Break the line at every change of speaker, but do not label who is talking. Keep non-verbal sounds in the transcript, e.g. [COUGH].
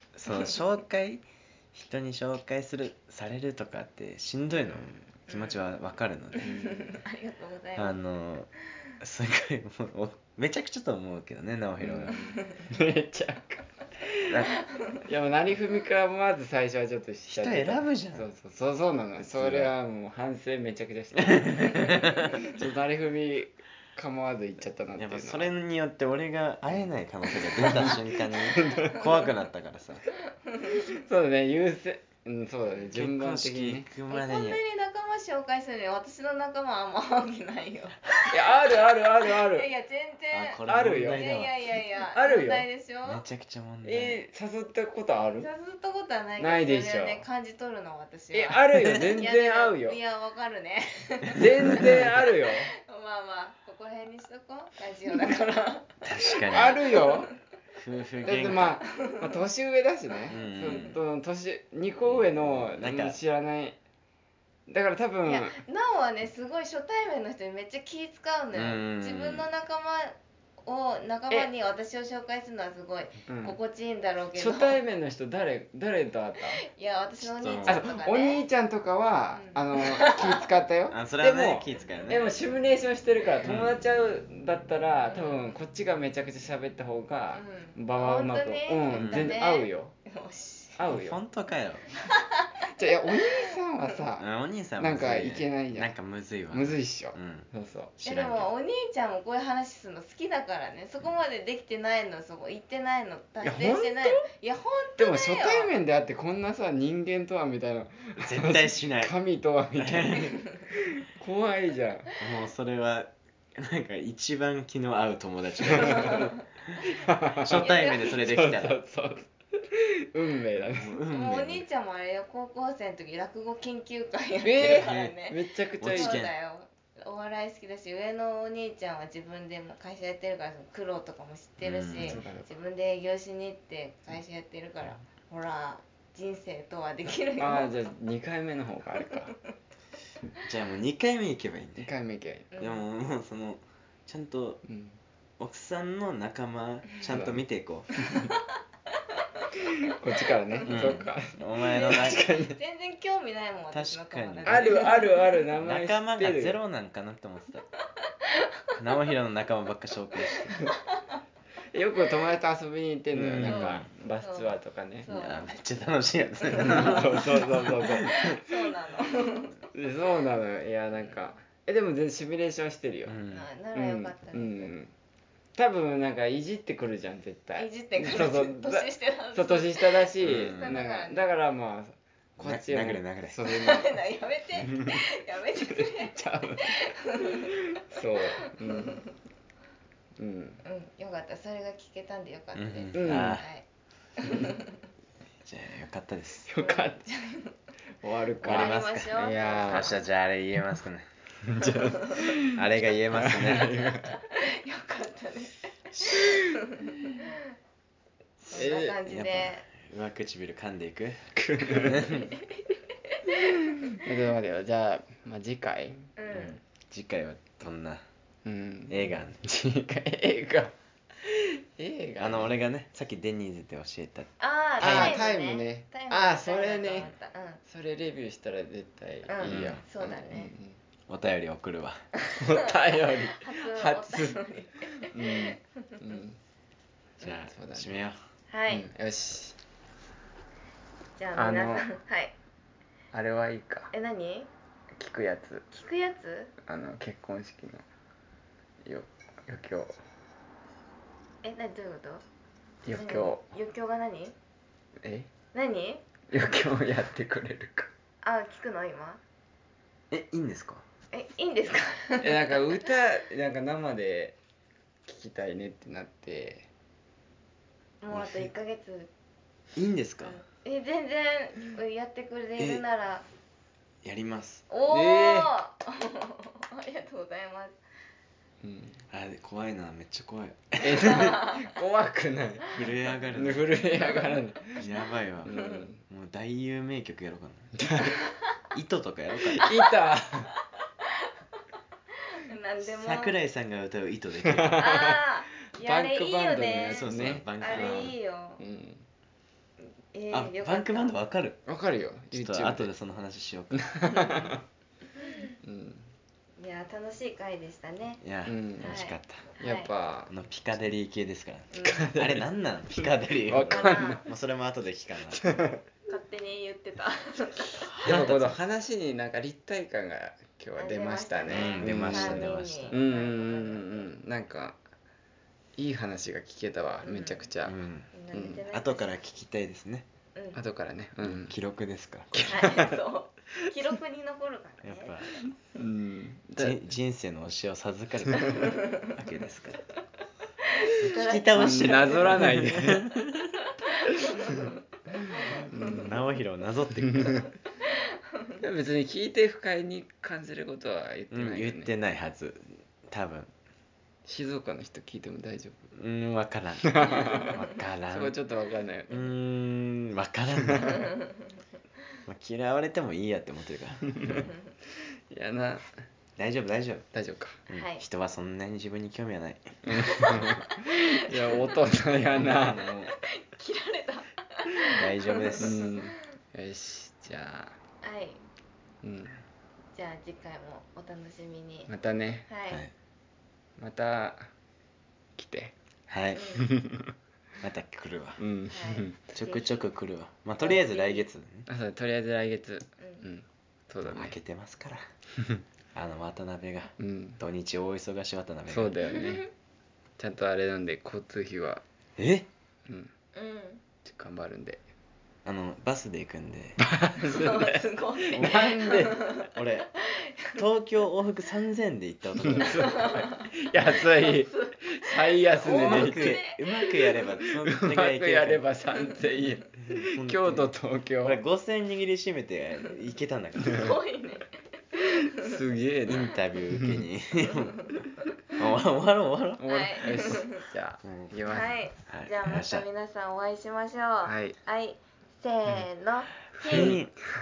[LAUGHS]
そう紹介人に紹介するされるとかってしんどいの気持ちはわかるので、
[LAUGHS] ありがとうござ
[LAUGHS]
い
あ
ます。
のすごいもうおめちゃくちゃと思うけどね直弘が、
[LAUGHS] めちゃく
だ
いやもう成り踏みからまず最初はちょっとしちゃ
人
ってた
選ぶじゃん
そうそうそうそうなの
ちは
それはもう反省めちゃくち
[LAUGHS]
ゃしてるちょっと成り踏み構わず行っちゃったなってい
や
う
っ
の
ぱ
は
それによって俺が会えない可能性が出た瞬間に
[LAUGHS]
怖くなったからさ
そうだね優先うんそうだね
結
順番
婚
的
式
にね
行く
えこん
ま
なに
でに
仲間紹介するのに私の仲間あんま合う気ないよ。
いやあるあるあるあ
い
る
やいや全然。
あこれ
ある
問
よ
い
題
や
だ
い
わ
やいやいや。
あるよ
問題でしょ。
めちゃくちゃ問題、
えー誘ったことある
誘ったことはないけど
ないでしょ
それはね感じ取るの私は。
えあるよ全
いや
然合うよ
いやわかるね。 [LAUGHS]
全然ある
[LAUGHS]
よ
まあまあここら辺にしとこう。ラジオだから。
確かに
あるよ
夫婦
だっ
喧
て
嘩、
まあ、まあ、年上だしね
うん
その年2個上の
なんか
知らないだから多分
いやなおはねすごい初対面の人にめっちゃ気使うの
うんうんう
よ
ん
自分の仲間を仲間に私を紹介するのはすごい
うん
心地いいんだろうけど
初対面の人誰誰と会っ
いや私のお兄ち
た
ゃんと
あ
か
お兄
ね
ちゃんとかは、
うん
あの気使った
[LAUGHS]
よ
あそれは
で
ね
も
気遣うよ
で
ね
もシミュレーションしてるから友達会うだったら多分こっちがめちゃくちゃ喋った方が
うん
場はうまく、
本当ね
うん全然合うよ
よし
合うよ
本当かよ
じゃあいやお兄さんはさ
あお兄さん
なんか
むず
いけないじゃん
なんかむずいわ
むずいっしょ、
うん
そうそう
いや
知
で
らんけど
もお兄ちゃんもこういう話するの好きだからねそこまでできてないのそこ行ってないの達成してないのいやほん
でも初対面で会ってこんなさ人間とはみたいな
絶対し
[LAUGHS]
ない
神とはみた
[LAUGHS]
いな怖いじゃん
もうそれはなんか一番気の合う友
[LAUGHS]
達だ初対面でそれできたら
そうそうそう運命だね
もう運
もうお
命
兄ちゃんもあれよ高校生の時落語研究会やって
え
るからね
ー、めちゃくちゃいい
落
そ
ち
う
てん
だよお笑い好きだし上のお兄ちゃんは自分でも会社やってるからその苦労とかも知ってるし、
うん
自分で営業しに行って会社やってるからほら人生とはできるよ
ああじゃあ2回目の方があれか
じゃあもう2回目行けばいいんだ
2
よ
回目いけばいい
うん
でももうそのちゃんと
うん
奥さんの仲間ちゃんと見ていこ
こっちからね、
うん
そうか
うお前のな
[LAUGHS]
全然興味ないもん私の
確かに
友達
あるあるある名前知
仲間
って
が
る
ゼロなんかなって思って
[LAUGHS]
た直弘の仲間ばっか紹介して
よく友達と遊びに行ってんのよ、
うん
なんかバスツアーとかね
そ
いうやめっちゃ楽しいや
[LAUGHS]
つ
そうそうそうそう
そうな
そうでそうなのよいやなんかえでも全然シミュレーションしてるよ、
うん
のなならよかった
う
ね、
んうん多分なんかいじってくるじゃん絶対
いじってくる
そうそう
年下なん
そう年下だし、
うん
なんかだからまあこっち
な流れ流れ
そう
[LAUGHS] やめてやめてくれ
ちゃうそううん、うん、
うんよかったそれが聞けたんでよかったです、
うん
うん
あ
は
あ
い
じゃあよかったです
よかった終わるか
終わります
終わりましょう
いや
明
ー
日じゃああれ言えますかねあれが言えますね
よかったね。そ
えー
んな感じで。
上唇噛んでいく
ちょっと待てよじゃあ、まあ、次回
うん。
次回はどんな
うん
映画
次回映画映画
あの俺がねさっきデニーズで教えた
ああ、
あー
タイ
タイ
ム
ム
ね
ね。
タイム
あーそれね
タイムだと思っ
それレビューしたら絶対
た。うん。
いいよ
うん、そうだね。
お便り送るわ
うんうんお便り
初お便り。
うん、うん
じゃあ、
そうだね
締めよう
はい。
うんよし
じゃあ皆 [LAUGHS] さん、は
あ
い
の。あれはいいか
え、何？
聞くやつ
聞くやつ？
あの結婚式のよ余興
え、何どういうこと？
余興
何。余興が何？
え
何？
余興をやってくれるか
あ、聞くの今？
えいいんですか
え、いいんです
[LAUGHS]
か？
えなんか歌なんか生で聞きたいねってなって
もうあと一ヶ月。
いいんですか
え、全然やってくれるなら。
やります
おお、[LAUGHS]
えー
ありがとうございます。
うん
あ怖いなめっちゃ怖い
[LAUGHS] え怖くない
震え上がるな
震え上がらない、
やばいわ、
う、
もうん大有名曲やろうかな糸とかやろうか
いた
なんで
な
も。
桜井さんが歌う糸できる
ああ、いやあ
[LAUGHS] バン
れい
ク
い
バン
よ
ドのや
ね
つ。
そうそう
ね
バンク
あれいいよ
う。ん
え
あ
ー、よかった
バンクマンドわかる
わかるよ
ちょっ
YouTube
と後でその話しようか
うん、
いや楽しい回でしたね
いや、
うん
楽しかった、
はい
やっぱ
あ、のピカデリー系ですから、
うん
あれなんな
[LAUGHS]
のピカデリー
わ
かんない
まあそれも後で聞かな
勝手に言ってた
[LAUGHS] やっぱこの話になんか立体感が今日は出ましたね
[LAUGHS]
うん出ましたね
出ま
出ました
うんうんうんうんなんかいい話が聞けたわ
うん
めちゃくちゃ、
うん
みんな寝てない
後から聞きたいですね
うん
後からねうん、
記録ですか
はいそう記録に残るから
やっ
ね
ぱ
うん、だ
じ人生の教えを授かるわけです
[LAUGHS]
から聞き
た
倒して
なぞらないで
直弘をなぞっていくから、
[LAUGHS] 別に聞いて不快に感じることは言って
う、
なんいよ
言っ
ね、
てないはず多分
静岡の人聞いても大丈
うん分
[LAUGHS]
からん分から
夫
ん
そこはちょっとわかんないよね
うーん分からんな、まあ、嫌われてもいいやって思ってるから
いやな
大丈夫大丈夫
大丈夫か
うん
はい
人はそんなに自分に興味はない
いや大人やな
もう
切られたは
大丈夫で
う
す、
んよしじゃあ、
い
うん、
じゃあ次回もお楽しみに
またね
はい、
はい、
また来 [LAUGHS] て
はい、
うん
また来るわ
うん、
ちょくちょく来るわまあとりあえず来月ね
あそうとりあえず来月
う
うんんそうだね
開けてますからあの渡辺が
[LAUGHS] うん
土日大忙し渡辺が
そうだよねちゃんとあれなんで交通費は
え
うん
うん
ちょっと頑張るんで
あのバスで行くん
[LAUGHS]
で
そうすごいね
なんで俺東京往復3000円で行った男だ
安い最安
う
値
ま
で
く
行く
うまくやればそん
うま
ぐらい
く
けるから
やれば3000円
本当に
京都東京
俺5000円握りしめて行けたんだから
[LAUGHS] すごいね
すげえ
イン
な
タビュー受け
[LAUGHS]
に終わろう終わろ
おもろい
はい
よしじゃあ
うん
行きます
はい
はい
じゃあまた皆さんお会いしましょう
はい
はい、せーの、
う。